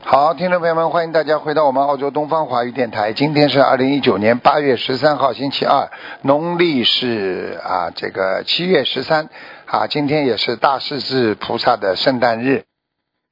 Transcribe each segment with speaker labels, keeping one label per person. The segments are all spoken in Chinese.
Speaker 1: 好，听众朋友们，欢迎大家回到我们澳洲东方华语电台。今天是二零一九年八月十三号，星期二，农历是啊这个七月十三啊，今天也是大势至菩萨的圣诞日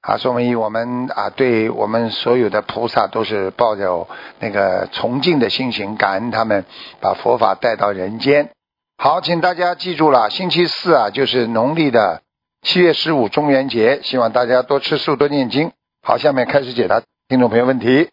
Speaker 1: 啊，说明我们啊对我们所有的菩萨都是抱有那个崇敬的心情，感恩他们把佛法带到人间。好，请大家记住了，星期四啊就是农历的七月十五中元节，希望大家多吃素，多念经。好，下面开始解答听众朋友问题。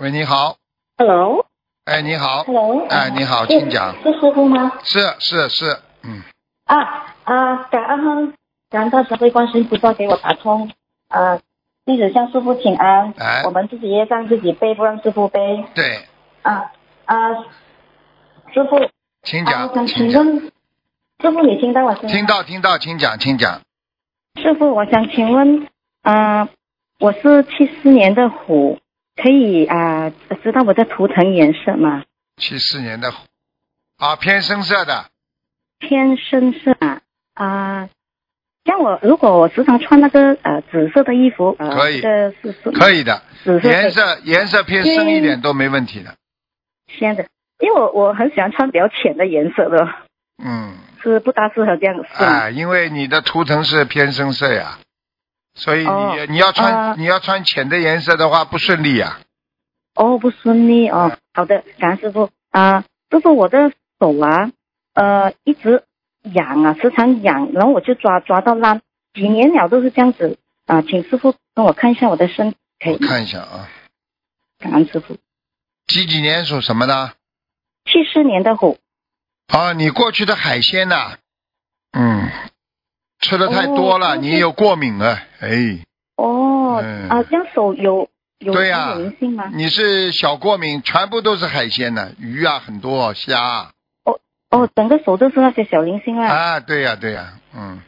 Speaker 1: 喂，你好，
Speaker 2: Hello，Hello，
Speaker 1: 哎，你好，哎，你好，
Speaker 2: 是
Speaker 1: 请讲。
Speaker 2: 啊是师傅吗？
Speaker 1: 是是是，嗯，
Speaker 2: 啊啊，感恩感恩大慈悲观世音菩萨给我打通啊，弟子向师傅请安。
Speaker 1: 哎
Speaker 2: 我们自己业障自己背，不让师傅背。
Speaker 1: 对，
Speaker 2: 啊啊，师傅，
Speaker 1: 请
Speaker 2: 啊，
Speaker 1: 讲
Speaker 2: 我，想
Speaker 1: 请
Speaker 2: 请
Speaker 1: 讲。
Speaker 2: 问，师傅你听到我声音吗
Speaker 1: 听到听到，请讲，请讲。
Speaker 2: 师傅，我想请问，啊，我是七四年的虎，可以啊、知道我的图腾颜色吗？
Speaker 1: 七四年的虎啊，偏深色的，
Speaker 2: 偏深色啊啊。像我如果我时常穿那个呃紫色的衣服，呃、
Speaker 1: 可以
Speaker 2: 这是是
Speaker 1: 可以的，
Speaker 2: 紫色
Speaker 1: 颜
Speaker 2: 的
Speaker 1: 色颜色偏深一点都没问题的。
Speaker 2: 鲜的，因为我我很喜欢穿比较浅的颜色的，
Speaker 1: 嗯，
Speaker 2: 是不大适合这样是吗？
Speaker 1: 哎，因为你的图腾是偏深色呀，所以
Speaker 2: 哦
Speaker 1: 你你要
Speaker 2: 啊
Speaker 1: 穿你要穿浅的颜色的话不顺利呀。
Speaker 2: 哦，不顺利哦。好的，感恩师傅啊，师傅我的手啊，呃，一直痒啊，时常痒，然后我就抓抓到烂，几年了都是这样子啊，请师傅帮我看一下我的身体，可
Speaker 1: 我
Speaker 2: 以吗？
Speaker 1: 看一下啊，
Speaker 2: 感恩师傅。
Speaker 1: 几几年属什么的？
Speaker 2: 七四年的虎，
Speaker 1: 啊，你过去的海鲜呐、嗯，吃的太多了，
Speaker 2: 哦
Speaker 1: 你有过敏啊，哎，
Speaker 2: 哦，
Speaker 1: 嗯
Speaker 2: 啊，这样手有有
Speaker 1: 对呀
Speaker 2: 有灵性吗？
Speaker 1: 你是小过敏，全部都是海鲜呢、鱼啊很多，虾啊，
Speaker 2: 哦，整个手都是那些小灵性啦。
Speaker 1: 啊对呀、对呀、嗯，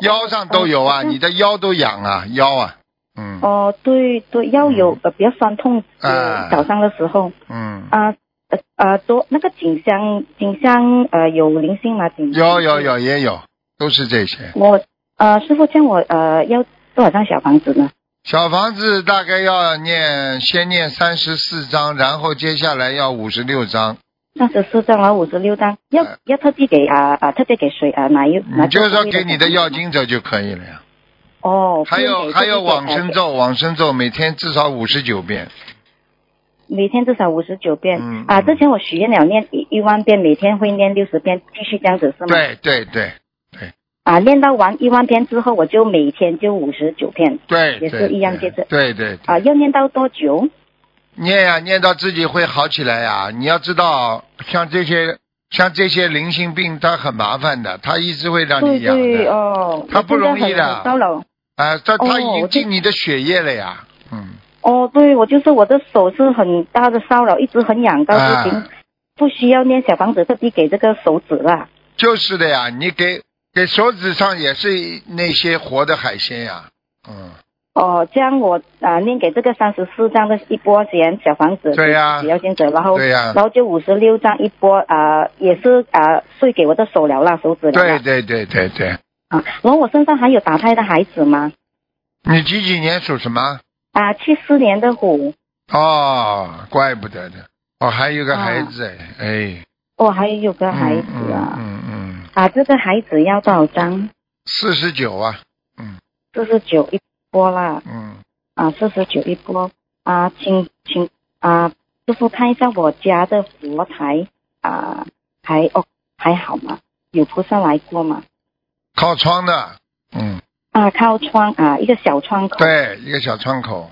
Speaker 1: 腰上都有啊，
Speaker 2: 哦那
Speaker 1: 你的腰都痒啊，腰啊，嗯
Speaker 2: 哦，对对，要有呃比较酸痛，
Speaker 1: 啊
Speaker 2: 呃早上的时候
Speaker 1: 嗯，
Speaker 2: 啊呃呃，多那个颈项颈项呃有灵性吗？颈
Speaker 1: 有有。有也有，都是这些。
Speaker 2: 我呃师傅叫我呃要多少张小房子呢？
Speaker 1: 小房子大概要念，先念三十四章，然后接下来要五十六章。
Speaker 2: 三十四张啊，五十六张，要
Speaker 1: 哎
Speaker 2: 要特地给啊啊特别给谁啊哪一哪
Speaker 1: 你
Speaker 2: 一
Speaker 1: 嗯就是
Speaker 2: 个
Speaker 1: 说
Speaker 2: 部位
Speaker 1: 给你的
Speaker 2: 小
Speaker 1: 要
Speaker 2: 房子
Speaker 1: 经者就可以了呀。
Speaker 2: 哦，
Speaker 1: 还有
Speaker 2: 不用给
Speaker 1: 还有
Speaker 2: 特地给
Speaker 1: 往生，咒，往生咒每天至少五十九遍。
Speaker 2: 呃每天至少五十九遍
Speaker 1: 嗯
Speaker 2: 啊。
Speaker 1: 嗯
Speaker 2: 之前我许愿了念一一万遍，每天会念六十遍，继续这样子是吗？
Speaker 1: 对对对
Speaker 2: 啊，练到完一万篇之后，我就每天就五十九篇
Speaker 1: 对，
Speaker 2: 也
Speaker 1: 对
Speaker 2: 是一样
Speaker 1: 对
Speaker 2: 接着
Speaker 1: 对对，对
Speaker 2: 啊。要练到多久？
Speaker 1: 念呀、念到自己会好起来呀、你要知道，像这些像这些灵性病，它很麻烦的，它一直会让
Speaker 2: 对
Speaker 1: 你养
Speaker 2: 对
Speaker 1: 的。
Speaker 2: 哦，
Speaker 1: 它不容易的
Speaker 2: 我真很很骚扰。
Speaker 1: 啊，它它已
Speaker 2: 哦
Speaker 1: 经
Speaker 2: 我
Speaker 1: 进你的血液了呀。嗯，
Speaker 2: 哦，对，我就是我的手是很大的骚扰，一直很痒，到
Speaker 1: 啊
Speaker 2: 不行，不需要练小房子，特地给这个手指啦。
Speaker 1: 就是的呀，你给给手指上也是那些活的海鲜呀。嗯，
Speaker 2: 哦，这样我啊念给这个三十四张的一波先小房子，
Speaker 1: 对呀
Speaker 2: 只要先走，然后
Speaker 1: 对啊呀
Speaker 2: 然后就五十六张一波啊、也是啊碎给我的手疗啦，手指疗
Speaker 1: 对
Speaker 2: 啦
Speaker 1: 对对对对。
Speaker 2: 啊。然后我身上还有打胎的孩子吗？
Speaker 1: 你几几年属什么？
Speaker 2: 啊，七四年的虎，
Speaker 1: 哦，怪不得的。哦，还有个孩子哎，哎，
Speaker 2: 哦，还有个啊孩子啊，
Speaker 1: 嗯嗯嗯，
Speaker 2: 啊，这个孩子要多少张？
Speaker 1: 四十九啊，
Speaker 2: 四十九一波啦，
Speaker 1: 嗯，
Speaker 2: 啊，四十九一波啊，请请啊，师傅看一下我家的佛台啊，还哦还好吗？有菩萨来过吗？
Speaker 1: 靠窗的，嗯，
Speaker 2: 啊，靠窗啊，一个小窗口，
Speaker 1: 对，一个小窗口，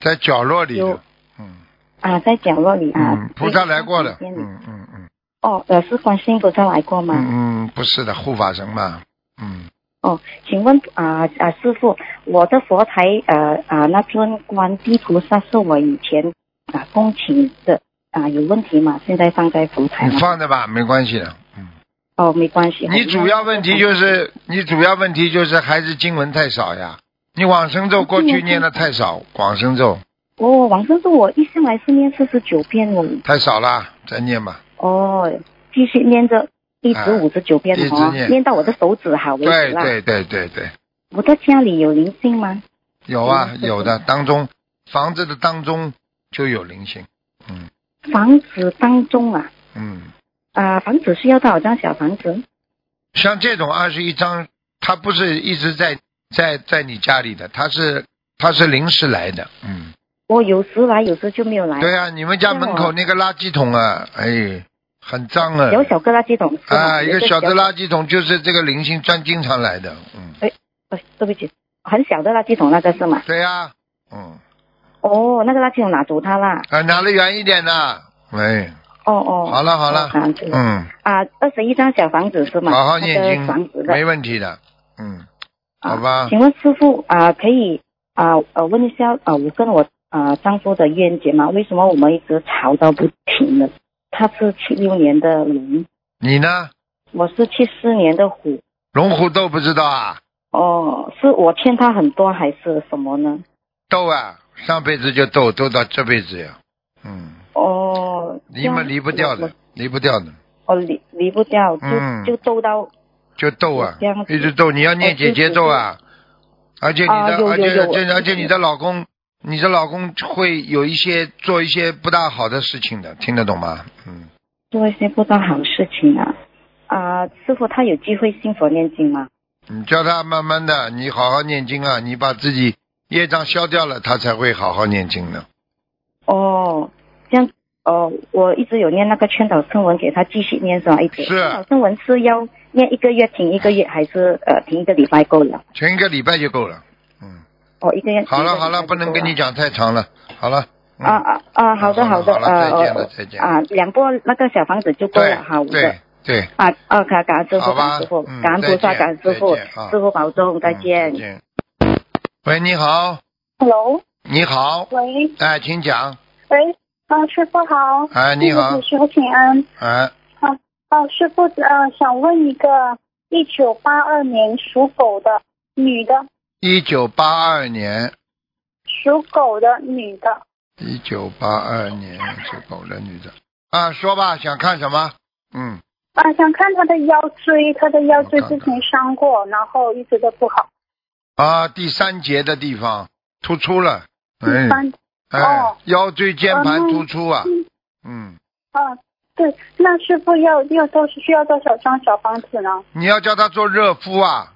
Speaker 1: 在角落里
Speaker 2: 有
Speaker 1: 的，嗯
Speaker 2: 啊，在角落里啊，
Speaker 1: 嗯，菩萨来过的，
Speaker 2: 对
Speaker 1: 嗯嗯嗯
Speaker 2: 哦，呃，是观世音菩萨来过吗？
Speaker 1: 嗯嗯，不是的，护法神嘛，嗯，
Speaker 2: 哦，请问啊啊，师傅，我的佛台呃啊那尊观地菩萨是我以前啊恭请的啊，有问题吗？现在放在佛台
Speaker 1: 你
Speaker 2: 吗？
Speaker 1: 放着吧，没关系的，嗯，
Speaker 2: 哦，没关系。
Speaker 1: 你主要问题就是
Speaker 2: 哎
Speaker 1: 你主要问题就是还是经文太少呀，你往生咒过去念的太少，往生咒
Speaker 2: 哦，往生咒我一向来是念四十九遍哦，
Speaker 1: 太少了，再念吧，
Speaker 2: 哦，继续念着一直
Speaker 1: 啊
Speaker 2: 五十九遍
Speaker 1: 一直
Speaker 2: 哦，
Speaker 1: 念
Speaker 2: 念到我的手指好为
Speaker 1: 对
Speaker 2: 止啦。
Speaker 1: 对对对对。
Speaker 2: 我的家里有灵性吗？
Speaker 1: 有啊，
Speaker 2: 嗯
Speaker 1: 有的当中房子的当中就有灵性，嗯
Speaker 2: 房子当中啊，
Speaker 1: 嗯，
Speaker 2: 啊、房子需要多少张小房子？
Speaker 1: 像这种二十一张，它不是一直在在在你家里的，它是它是临时来的，嗯，
Speaker 2: 我有时来，有时就没有来。
Speaker 1: 对呀、你们家门口那个垃圾桶啊，哎，很脏啊，
Speaker 2: 有小个垃圾桶是吧
Speaker 1: 啊，一
Speaker 2: 有
Speaker 1: 个小的
Speaker 2: 小
Speaker 1: 垃圾桶就是这个灵性专经常来的，嗯，
Speaker 2: 哎，对不起，很小的垃圾桶那个是吗？
Speaker 1: 对呀、嗯，
Speaker 2: 哦，那个垃圾桶拿走它啦。
Speaker 1: 啊，拿得远一点呐，哎，
Speaker 2: 哦哦。
Speaker 1: 好了好了
Speaker 2: 啊，对
Speaker 1: 嗯，
Speaker 2: 啊，二十一张小房子是吗？
Speaker 1: 好好
Speaker 2: 那
Speaker 1: 念
Speaker 2: 个房子
Speaker 1: 经，
Speaker 2: 的。
Speaker 1: 没问题的，嗯，好
Speaker 2: 啊
Speaker 1: 吧，
Speaker 2: 请问师傅啊、可以啊呃问一下啊、我跟我啊、丈夫的冤结吗？为什么我们一直吵到不停的？他是七六年的龙，
Speaker 1: 你呢？
Speaker 2: 我是七四年的虎。
Speaker 1: 龙虎斗不知道啊？
Speaker 2: 哦，是我欠他很多还是什么呢？
Speaker 1: 斗啊，上辈子就斗，斗到这辈子呀，嗯，
Speaker 2: 哦，
Speaker 1: 离嘛
Speaker 2: 这样
Speaker 1: 离不掉
Speaker 2: 我
Speaker 1: 的，离不掉的，
Speaker 2: 我我离离不掉，就、
Speaker 1: 嗯
Speaker 2: 就斗到
Speaker 1: 就斗啊
Speaker 2: 这样，子
Speaker 1: 一直斗，你要念姐姐咒啊，而且你
Speaker 2: 啊
Speaker 1: 的，
Speaker 2: 有
Speaker 1: 而
Speaker 2: 有
Speaker 1: 且
Speaker 2: 有
Speaker 1: 而且
Speaker 2: 我
Speaker 1: 而且你的老公，你的老公会有一些做一些不大好的事情的，听得懂吗？嗯，
Speaker 2: 做一些不大好的事情啊。啊、师傅，他有机会信佛念经吗？
Speaker 1: 你叫他慢慢的，你好好念经啊，你把自己业障消掉了，他才会好好念经的。
Speaker 2: 哦，这样哦，我一直有念那个劝导圣文给他继续念是吧？一直
Speaker 1: 是
Speaker 2: 劝导圣文是要念一个月停一个月，还是呃停一个礼拜够了？
Speaker 1: 前一个礼拜就够了。嗯，
Speaker 2: 哦，一个月。
Speaker 1: 好
Speaker 2: 停一个
Speaker 1: 了
Speaker 2: 礼拜
Speaker 1: 好了，
Speaker 2: 就
Speaker 1: 不能
Speaker 2: 够
Speaker 1: 跟
Speaker 2: 了
Speaker 1: 你。讲太长了。好了。嗯、
Speaker 2: 啊，啊啊！好的
Speaker 1: 好了
Speaker 2: 的，
Speaker 1: 好了
Speaker 2: 呃
Speaker 1: 再见了
Speaker 2: 呃
Speaker 1: 再见
Speaker 2: 啊，两波那个小房子就够
Speaker 1: 对
Speaker 2: 了，好的
Speaker 1: 对。对，
Speaker 2: 啊啊，感感恩师
Speaker 1: 好
Speaker 2: 傅，
Speaker 1: 吧
Speaker 2: 感恩师傅，
Speaker 1: 嗯
Speaker 2: 感恩菩萨，
Speaker 1: 再见
Speaker 2: 感恩师傅，
Speaker 1: 再见啊
Speaker 2: 师傅保重，再
Speaker 1: 嗯
Speaker 2: 见
Speaker 1: 再。见。喂，你好，
Speaker 3: Hello，
Speaker 1: 你好，
Speaker 3: 喂
Speaker 1: 哎，请讲，
Speaker 3: 喂，啊，师傅好，
Speaker 1: 哎，你好
Speaker 3: 弟，子求请安。
Speaker 1: 哎，
Speaker 3: 啊，哦师傅，呃，想问一个一九八二年属狗的女的，
Speaker 1: 一九八二年，
Speaker 3: 属狗的女的，
Speaker 1: 一九八二年属狗的女的，啊，说吧，想看什么？嗯，
Speaker 3: 啊，想看她的腰椎，她的腰椎
Speaker 1: 我看
Speaker 3: 之
Speaker 1: 看
Speaker 3: 前伤过，然后一直都不好。
Speaker 1: 啊，第三节的地方突出了，
Speaker 3: 一
Speaker 1: 哎，
Speaker 3: 般，
Speaker 1: 哎
Speaker 3: 哦，
Speaker 1: 腰椎间盘
Speaker 3: 嗯
Speaker 1: 突出
Speaker 2: 哦
Speaker 1: 啊，
Speaker 3: 嗯
Speaker 1: 嗯，
Speaker 3: 啊，对，那师傅要要多需要多少张小房子呢？
Speaker 1: 你要叫他做热敷啊，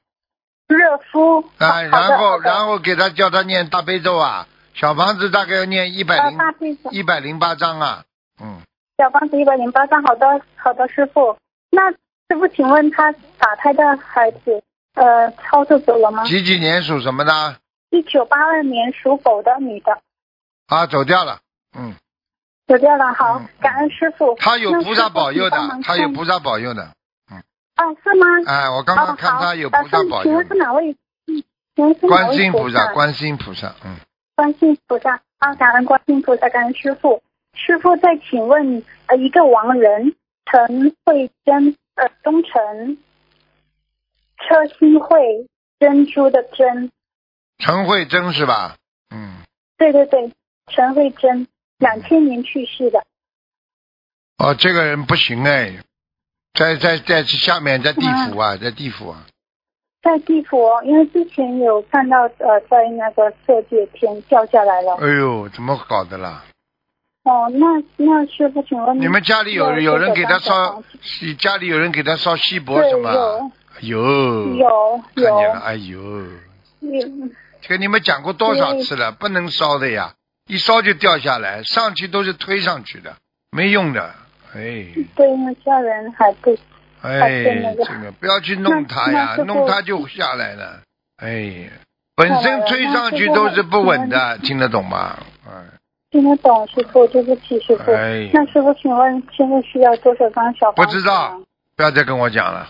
Speaker 3: 热敷。
Speaker 1: 啊，
Speaker 3: 好的
Speaker 1: 然后
Speaker 3: 好的
Speaker 1: 然后给他叫他念大悲咒啊，小房子大概要念一百
Speaker 3: 啊，
Speaker 1: 零
Speaker 3: 大病者
Speaker 1: 一百零八章啊，嗯，
Speaker 3: 小房子一百零八张，好的，好的，师傅。那师傅，请问他打胎的孩子，呃，操作走了吗？
Speaker 1: 几几年属什么的？
Speaker 3: 一九八二年属狗的女的，
Speaker 1: 啊，走掉了，嗯，
Speaker 3: 走掉了。好，
Speaker 1: 嗯
Speaker 3: 感恩师傅。
Speaker 1: 他有菩萨保佑
Speaker 3: 那师傅请帮
Speaker 1: 的
Speaker 3: 忙，
Speaker 1: 他有
Speaker 3: 看
Speaker 1: 菩萨保佑的，
Speaker 3: 啊，是吗？
Speaker 1: 哎，我刚刚看
Speaker 3: 哦
Speaker 1: 他
Speaker 3: 好
Speaker 1: 有菩萨
Speaker 3: 呃
Speaker 1: 保
Speaker 3: 请
Speaker 1: 佑
Speaker 3: 问是
Speaker 1: 的，
Speaker 3: 哪位？嗯，请问是哪位
Speaker 1: 观世音菩萨，
Speaker 3: 萨，
Speaker 1: 观世音菩萨，嗯，
Speaker 3: 观世音菩萨啊，感恩观世音菩萨，感恩师傅。师傅再请问，呃，一个亡人陈慧珍，呃，东城，车新慧，珍珠的珍，
Speaker 1: 陈慧珍是吧？嗯，
Speaker 3: 对对对，陈慧珍，两千年去世的。
Speaker 1: 哦，这个人不行哎，在在在下面在地府啊，在地府啊，
Speaker 3: 在地府哦，因为之前有看到呃，在那个色界天掉下来了。
Speaker 1: 哎呦，怎么搞的啦？
Speaker 3: 哦，那那师傅，请问
Speaker 1: 你们家里有
Speaker 3: 有
Speaker 1: 有人给他
Speaker 3: 这个
Speaker 1: 烧
Speaker 3: 当小房子，
Speaker 1: 家里有人给他烧锡箔
Speaker 3: 对
Speaker 1: 什么啊？有
Speaker 3: 有
Speaker 1: 看见了，
Speaker 3: 有
Speaker 1: 哎呦。
Speaker 3: 有嗯
Speaker 1: 跟你们讲过多少次了，不能烧的呀，一烧就掉下来，上去都是推上去的，没用的。哎
Speaker 3: 对，因为家人还不
Speaker 1: 哎，
Speaker 3: 对那个
Speaker 1: 这个不要去弄它
Speaker 3: 那
Speaker 1: 呀
Speaker 3: 那，师傅
Speaker 1: 弄它就下来了。哎，本身推上去都是不稳的，听得懂吗？哎，
Speaker 3: 听得懂，师傅，对不起，师傅。
Speaker 1: 哎
Speaker 3: 那师傅，请问现在需要多少张小房子？
Speaker 1: 不
Speaker 3: 啊
Speaker 1: 知道。不要再跟我讲了，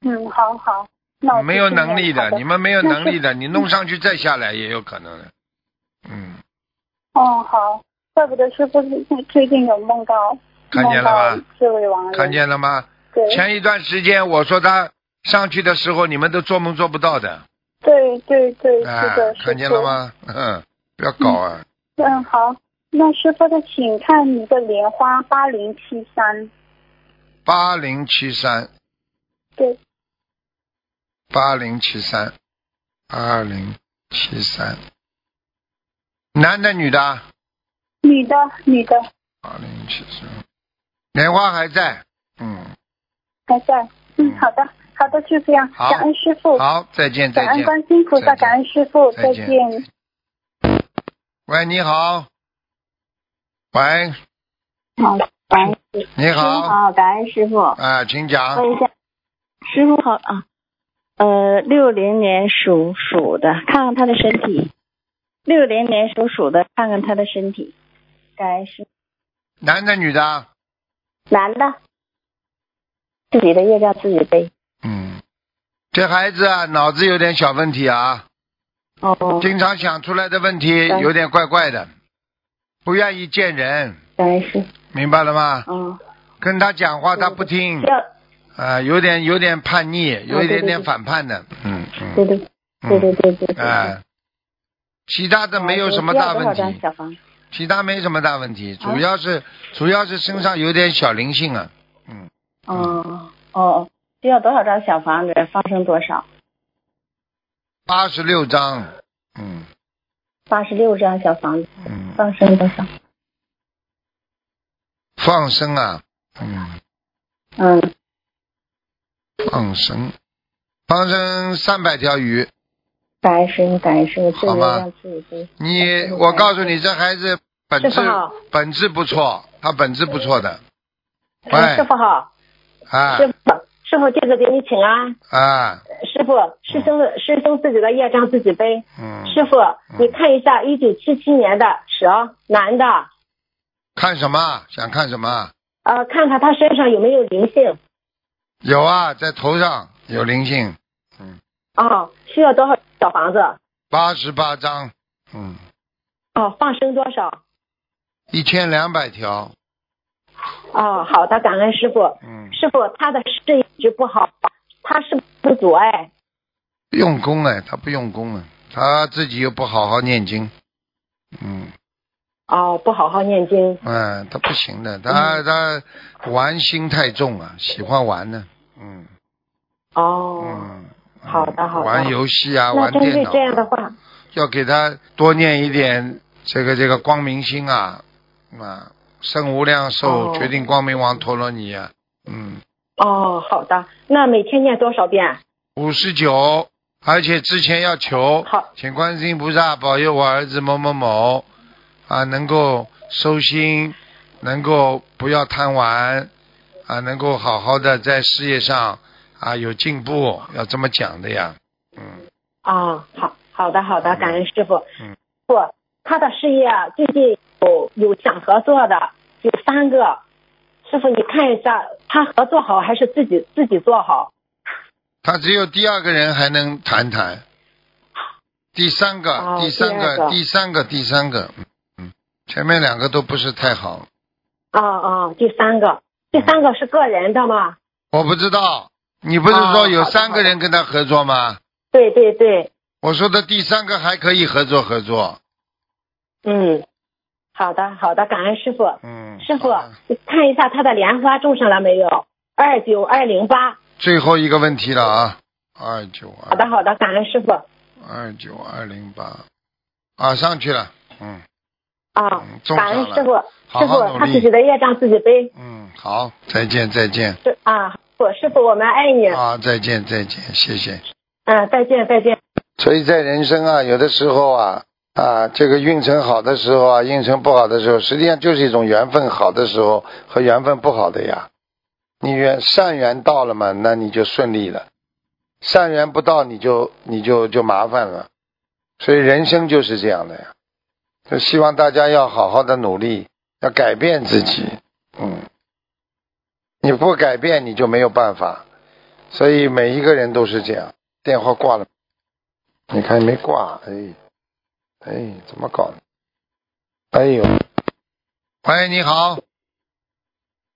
Speaker 3: 嗯，好好。那我
Speaker 1: 没有能力
Speaker 3: 的
Speaker 1: 的，，你们没有能力 的，你弄上去再下来也有可能的。嗯，
Speaker 3: 哦，好，怪不得师傅最近有梦到，
Speaker 1: 看见了吧
Speaker 3: 梦到这位亡人，
Speaker 1: 看见了吗？
Speaker 3: 对
Speaker 1: 前一段时间我说他上去的时候，你们都做梦做不到的。
Speaker 3: 对对对，
Speaker 1: 啊
Speaker 3: 是的，，师
Speaker 1: 看见了
Speaker 3: 傅？
Speaker 1: 吗？嗯，不要搞啊！
Speaker 3: 嗯，好，那师傅的，请看你的莲花八零七三，
Speaker 1: 八零七三，
Speaker 3: 对，
Speaker 1: 八零七三，八零七三，男的女的啊？
Speaker 3: 女的，女的
Speaker 1: 二零七四，莲花还在，嗯，
Speaker 3: 还在。嗯，好的，好的，就这样。
Speaker 1: 好
Speaker 3: 感恩师傅，
Speaker 1: 好，再见再
Speaker 3: 感恩
Speaker 1: 见。
Speaker 3: 观世音菩
Speaker 1: 再
Speaker 3: 萨，
Speaker 1: 见
Speaker 3: 感恩师傅，
Speaker 1: 再
Speaker 3: 再
Speaker 1: 见
Speaker 3: 见。
Speaker 1: 喂，你好，喂，
Speaker 2: 好，感恩师
Speaker 1: 你
Speaker 2: 傅
Speaker 1: 好，
Speaker 2: 好，哎感恩师傅。嗯
Speaker 1: 啊，请讲，
Speaker 2: 问一下，师傅好啊，呃，六零年属鼠的，看看他的身体。六零年属鼠的，看看他的身体。感恩师
Speaker 1: 男的女的啊？
Speaker 2: 傅男的，自己的业障自己背。
Speaker 1: 嗯，这孩子啊，脑子有点小问题啊，
Speaker 2: 哦，
Speaker 1: 经常想出来的问题
Speaker 2: 对
Speaker 1: 有点怪怪的，不愿意见人，
Speaker 2: 感恩师
Speaker 1: 明白了吗？
Speaker 2: 傅。哦，
Speaker 1: 跟他讲话他不听，
Speaker 2: 要
Speaker 1: 啊，有点有点叛逆，有一
Speaker 2: 对
Speaker 1: 点
Speaker 2: 对
Speaker 1: 点
Speaker 2: 对
Speaker 1: 反叛的，嗯
Speaker 2: 对
Speaker 1: 嗯
Speaker 2: 对对对对对对。
Speaker 1: 啊，其他的没有什么大
Speaker 2: 需要
Speaker 1: 问
Speaker 2: 多少
Speaker 1: 题
Speaker 2: 张，小房子？
Speaker 1: 其他没什么大问题，
Speaker 2: 啊
Speaker 1: 主要是主要是身上有点小灵性啊，嗯，
Speaker 2: 哦哦，需要多少张小房子？放生多少？
Speaker 1: 八十六张，嗯
Speaker 2: 八十六张小房子，
Speaker 1: 嗯，
Speaker 2: 放生多少？
Speaker 1: 放生啊，嗯，
Speaker 2: 嗯，
Speaker 1: 放生，放生三百条鱼，
Speaker 2: 感恩师傅，感恩师傅，自己
Speaker 1: 好吧
Speaker 2: 让自己背。
Speaker 1: 你，我告诉你，这孩子本质
Speaker 2: 师傅好
Speaker 1: 本质不错，他本质不错的，
Speaker 2: 呃师
Speaker 1: 哎
Speaker 2: 傅好，
Speaker 1: 啊
Speaker 2: 师傅，师傅，弟子给你请安。
Speaker 1: 啊，
Speaker 2: 师傅，师兄的师兄自己的业障自己背。
Speaker 1: 嗯，
Speaker 2: 师傅，你看一下一九七七年的蛇男的，
Speaker 1: 看什么？想看什么？
Speaker 2: 呃，看看他身上有没有灵性
Speaker 1: 有啊，在头上有灵性，
Speaker 2: 哦，需要多少小房子？
Speaker 1: 八十八张，嗯，
Speaker 2: 哦，放生多少？
Speaker 1: 一千两百条，
Speaker 2: 哦，好的，感恩师傅。
Speaker 1: 嗯，
Speaker 2: 师傅，他的事业一直不好，他是不是阻碍？
Speaker 1: 用功哎，他不用功了，他自己又不好好念经，嗯
Speaker 2: 哦，不好好念经。
Speaker 1: 嗯、哎他不行的，他他玩心太重了，喜欢玩呢，嗯
Speaker 2: 哦，
Speaker 1: 嗯。
Speaker 2: 好的好的
Speaker 1: 玩游戏啊，
Speaker 2: 那
Speaker 1: 玩
Speaker 2: 针
Speaker 1: 电
Speaker 2: 对
Speaker 1: 脑啊。
Speaker 2: 这样的话，
Speaker 1: 要给他多念一点这个这个光明心啊啊，圣无量寿、
Speaker 2: 哦
Speaker 1: 决定光明王陀罗尼啊，嗯，
Speaker 2: 哦，好的，那每天念多少遍？
Speaker 1: 五十九，而且之前要求
Speaker 2: 好，
Speaker 1: 请观世音菩萨保佑我儿子某某某啊，能够收心，能够不要贪玩啊，能够好好的在事业上啊有进步，要这么讲的呀，嗯，
Speaker 2: 哦，好，好的，好的，感恩师傅。
Speaker 1: 嗯，
Speaker 2: 不，他的事业啊最近有有想合作的，有三个。师傅，你看一下，他合作好还是自己自己做好？
Speaker 1: 他只有第二个人还能谈谈，第三个，
Speaker 2: 哦
Speaker 1: 第三
Speaker 2: 第二个
Speaker 1: 第三个，第三个，嗯嗯，前面两个都不是太好，
Speaker 2: 啊、啊、第三个，第三个是个人的吗？
Speaker 1: 我不知道，你不是说
Speaker 2: 哦
Speaker 1: 有
Speaker 2: 好的
Speaker 1: 三个人跟他合作吗？
Speaker 2: 对对对，
Speaker 1: 我说的第三个还可以合作合作，
Speaker 2: 嗯，好的好的，感恩师傅。
Speaker 1: 嗯，
Speaker 2: 师
Speaker 1: 好
Speaker 2: 傅
Speaker 1: 了，
Speaker 2: 你看一下他的莲花种上了没有？二九二零八。
Speaker 1: 最后一个问题了啊，二九二，
Speaker 2: 好的好的，感恩师傅。
Speaker 1: 二九二零八，啊，上去了，嗯，
Speaker 2: 啊
Speaker 1: 嗯，种
Speaker 2: 感恩
Speaker 1: 上了
Speaker 2: 师傅，
Speaker 1: 好好
Speaker 2: 师傅
Speaker 1: 努
Speaker 2: 他自己
Speaker 1: 力，
Speaker 2: 的业障自己背。
Speaker 1: 嗯，好，再见再见，
Speaker 2: 是啊，我师傅，我们爱你。
Speaker 1: 啊，再见再见，谢谢。
Speaker 2: 嗯，再见再见。
Speaker 1: 所以在人生啊，有的时候啊啊，这个运程好的时候啊，运程不好的时候，实际上就是一种缘分好的时候和缘分不好的呀。你缘善缘到了嘛，那你就顺利了；善缘不到，你就你就就麻烦了。所以人生就是这样的呀。就希望大家要好好的努力，要改变自己。嗯，你不改变，你就没有办法。所以每一个人都是这样。电话挂了。你看没挂，哎，哎，怎么搞的？哎呦，喂，你好，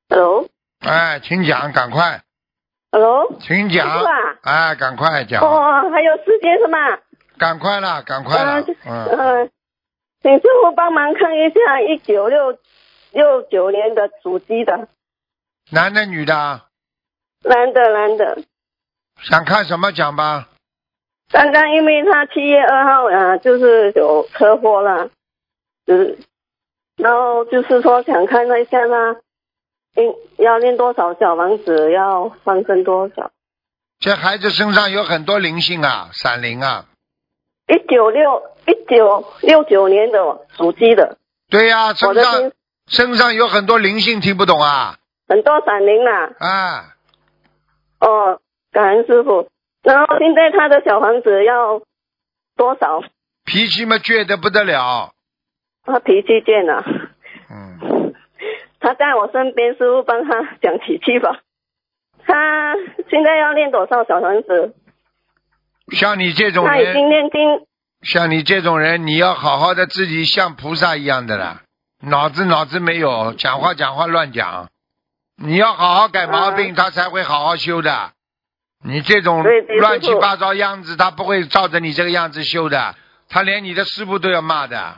Speaker 4: Hello，Hello，
Speaker 1: 哎，请讲，赶快，请讲
Speaker 4: 师傅啊，
Speaker 1: 哎，赶快讲，
Speaker 4: 哦，还有时间是吗？
Speaker 1: 赶快啦，赶快啦，嗯，
Speaker 4: 呃，请师傅帮忙看一下一九六六九年的属鸡的
Speaker 1: 男的女的啊，
Speaker 4: 男的男的，
Speaker 1: 想看什么讲吧？
Speaker 4: 刚刚因为他七月二号啊，呃就是有车祸了，
Speaker 5: 十，然后就是说想看一下呢，应要练多少小王子，要放生多少？
Speaker 1: 这孩子身上有很多灵性啊，闪灵啊。
Speaker 5: 一九六一九六九年的属鸡的，
Speaker 1: 对呀、
Speaker 5: 我
Speaker 1: 身
Speaker 5: 的
Speaker 1: 上
Speaker 5: 心
Speaker 1: 身上有很多灵性，听不懂啊
Speaker 5: 很多闪灵啦、
Speaker 1: 啊！
Speaker 5: 哦，感恩师傅。然后现在他的小房子要多少？
Speaker 1: 脾气嘛倔得不得了，
Speaker 5: 他脾气倔了、
Speaker 1: 嗯，
Speaker 5: 他在我身边，师傅帮他讲几句吧。他现在要练多少小房子？
Speaker 1: 像你这种
Speaker 5: 他已
Speaker 1: 人，
Speaker 5: 经练经，
Speaker 1: 像你这种人，你要好好的自己像菩萨一样的啦，脑子脑子没有，讲话讲话乱讲，你要好好改毛病，他才会好好修的。你这种
Speaker 5: 对对
Speaker 1: 乱
Speaker 5: 师
Speaker 1: 七
Speaker 5: 父
Speaker 1: 八糟样子，他不会照着你这个样子修的，他连你的师傅都要骂的。
Speaker 5: 啊，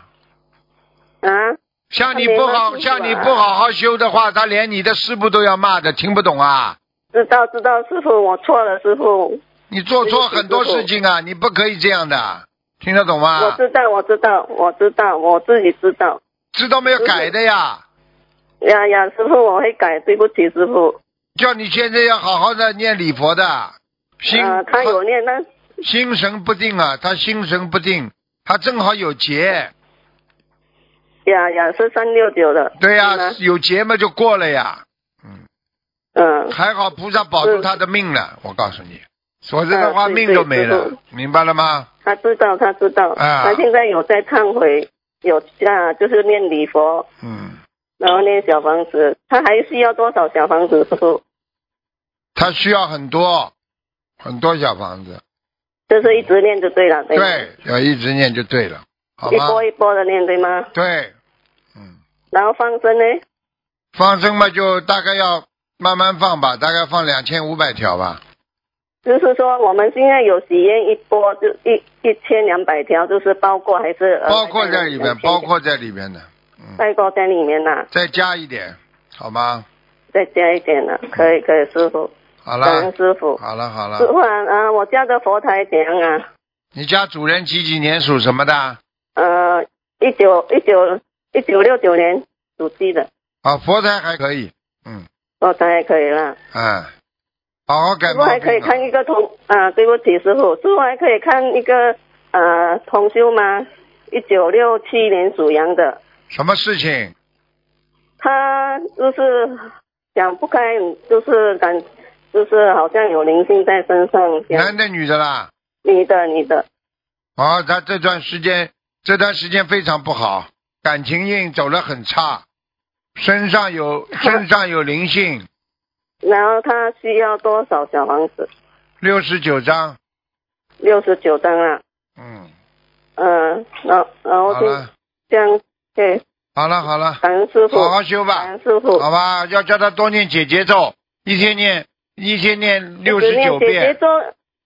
Speaker 1: 像你
Speaker 5: 他没啊
Speaker 1: 不
Speaker 5: 法
Speaker 1: 好，
Speaker 5: 修
Speaker 1: 像
Speaker 5: 吧
Speaker 1: 你不好好修的话，他连你的师傅都要骂的，听不懂啊！
Speaker 5: 知道知道，师傅我错了，师傅，
Speaker 1: 你做错很多事情啊，你不可以这样的，听得懂
Speaker 5: 我
Speaker 1: 吗？
Speaker 5: 知道我知道我知道，我自己知道。
Speaker 1: 知道没有改的呀？
Speaker 5: 呀呀，师傅我会改，对不起师傅。
Speaker 1: 叫你现在要好好的念礼佛的，心、
Speaker 5: 呃，他有练，但
Speaker 1: 他心神不定啊，他心神不定，他正好有劫，
Speaker 5: 呀呀是三六九的。
Speaker 1: 对呀、
Speaker 5: 嗯
Speaker 1: 有劫嘛就过了呀，
Speaker 5: 嗯、
Speaker 1: 还好菩萨保住
Speaker 5: 是
Speaker 1: 他的命了，我告诉你，否则的话
Speaker 5: 啊对
Speaker 1: 命都没
Speaker 5: 对
Speaker 1: 了
Speaker 5: 师，
Speaker 1: 明白了吗？
Speaker 5: 他知道他知道，
Speaker 1: 啊
Speaker 5: 他现在有在忏悔，有啊就是念礼佛，
Speaker 1: 嗯，
Speaker 5: 然后念小房子，他还需要多少小房子师傅？
Speaker 1: 他需要很多很多小房子，
Speaker 5: 就是一直练就对了，对吗
Speaker 1: 对，要一直念就对了，好
Speaker 5: 一
Speaker 1: 吗？
Speaker 5: 波一波的练，对吗？
Speaker 1: 对，嗯，
Speaker 5: 然后放生呢？
Speaker 1: 放生嘛，就大概要慢慢放吧，大概放两千五百条吧。
Speaker 5: 就是说我们现在有许愿一波就一一千两百条，就是包括还是、呃、
Speaker 1: 包括在里面，
Speaker 5: 2000
Speaker 1: 包括在里面的，嗯
Speaker 5: 包括在里面呐、
Speaker 1: 再加一点，好吗？
Speaker 5: 再加一点呢、可以可以，师傅，
Speaker 1: 好
Speaker 5: 感
Speaker 1: 了
Speaker 5: 恩，师傅。
Speaker 1: 好了，好
Speaker 5: 师
Speaker 1: 了。
Speaker 5: 傅啊，啊我家的佛台怎样啊？
Speaker 1: 你家主人几几年属什么的？
Speaker 5: 呃，一九一九一九六九年属鸡的，
Speaker 1: 啊，佛台还可以，嗯
Speaker 5: 佛台还可以啦。
Speaker 1: 嗯，好好改
Speaker 5: 师傅
Speaker 1: 毛
Speaker 5: 还可以
Speaker 1: 病
Speaker 5: 看
Speaker 1: 啊。
Speaker 5: 一个同啊，对不起，师傅，师傅还可以看一个呃同修吗？一九六七年属羊的，
Speaker 1: 什么事情？
Speaker 5: 他就是想不开，就是感，就是好像有灵性在身上。这
Speaker 1: 男
Speaker 5: 样
Speaker 1: 的女的啦？
Speaker 5: 你的你的，
Speaker 1: 哦，他这段时间这段时间非常不好，感情运走得很差，身上 有身上有灵性，
Speaker 5: 然后他需要多少小房子？
Speaker 1: 六十九张，
Speaker 5: 六十九张啊，
Speaker 1: 嗯，
Speaker 5: 嗯、然后然后
Speaker 1: 好
Speaker 5: 就
Speaker 1: 了，
Speaker 5: 这样，对，
Speaker 1: 好了，好了，
Speaker 5: 感恩师傅，
Speaker 1: 好好修
Speaker 5: 感
Speaker 1: 吧，
Speaker 5: 恩师傅，
Speaker 1: 好吧，要叫他多念姐姐咒，一天念一天念六
Speaker 5: 只
Speaker 1: 十
Speaker 5: 念
Speaker 1: 九
Speaker 5: 姐姐
Speaker 1: 遍，
Speaker 5: 咒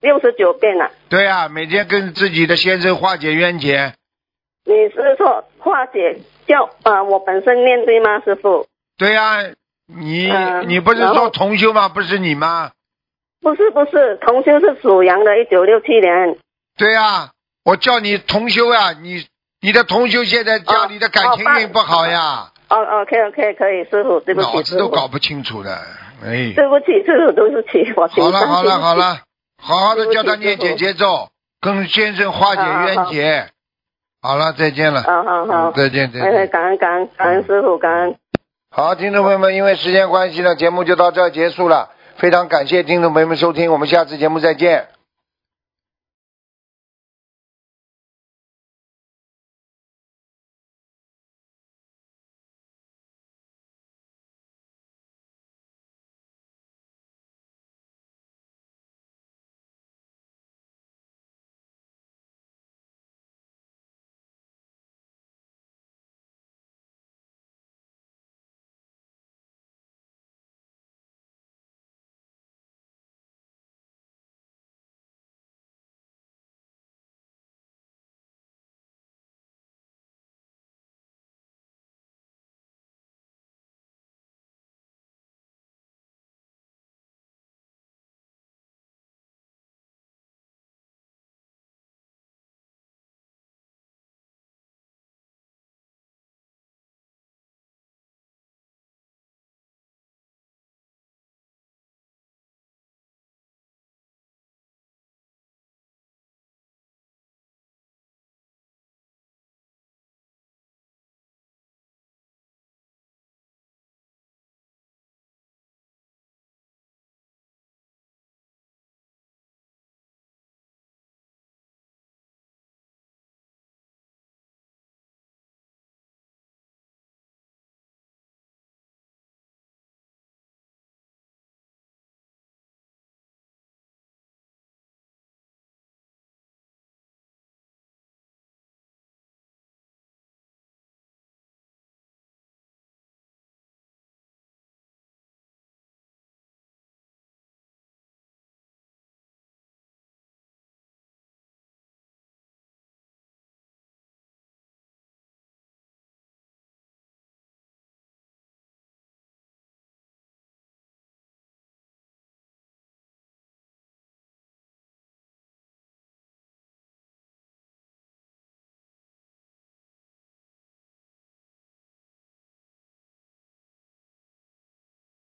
Speaker 5: 六十九遍啊，
Speaker 1: 对啊，每天跟自己的先生化解冤结，
Speaker 5: 你是说化解叫啊、我本身念对吗，师傅？
Speaker 1: 对啊，你
Speaker 5: 嗯
Speaker 1: 你不是
Speaker 5: 然
Speaker 1: 说
Speaker 5: 后
Speaker 1: 重修吗？不是你吗？
Speaker 5: 不是不是，同修是属羊的，一九六七年。
Speaker 1: 对呀、我叫你同修呀、你你的同修现在
Speaker 5: 啊
Speaker 1: 家里的感情运不好呀，
Speaker 5: 哦，OK OK，可以，师傅，对不
Speaker 1: 脑
Speaker 5: 起，
Speaker 1: 子
Speaker 5: 师
Speaker 1: 都
Speaker 5: 傅，
Speaker 1: 搞不清楚的，哎，
Speaker 5: 对不起，师傅，对不起，我情
Speaker 1: 好了
Speaker 5: 商
Speaker 1: 好了好，了，好好的
Speaker 5: 对不
Speaker 1: 叫
Speaker 5: 起
Speaker 1: 他念
Speaker 5: 师傅
Speaker 1: 姐姐咒，跟先生化解冤结。好了，再见了，
Speaker 5: 好哦好啊好
Speaker 1: 嗯，再见再
Speaker 5: 哎，哎
Speaker 1: 见。
Speaker 5: 感恩感恩感恩师傅，感恩。
Speaker 1: 好，听众朋友们，因为时间关系呢，节目就到这儿结束了。非常感谢听众朋友们收听，我们下次节目再见。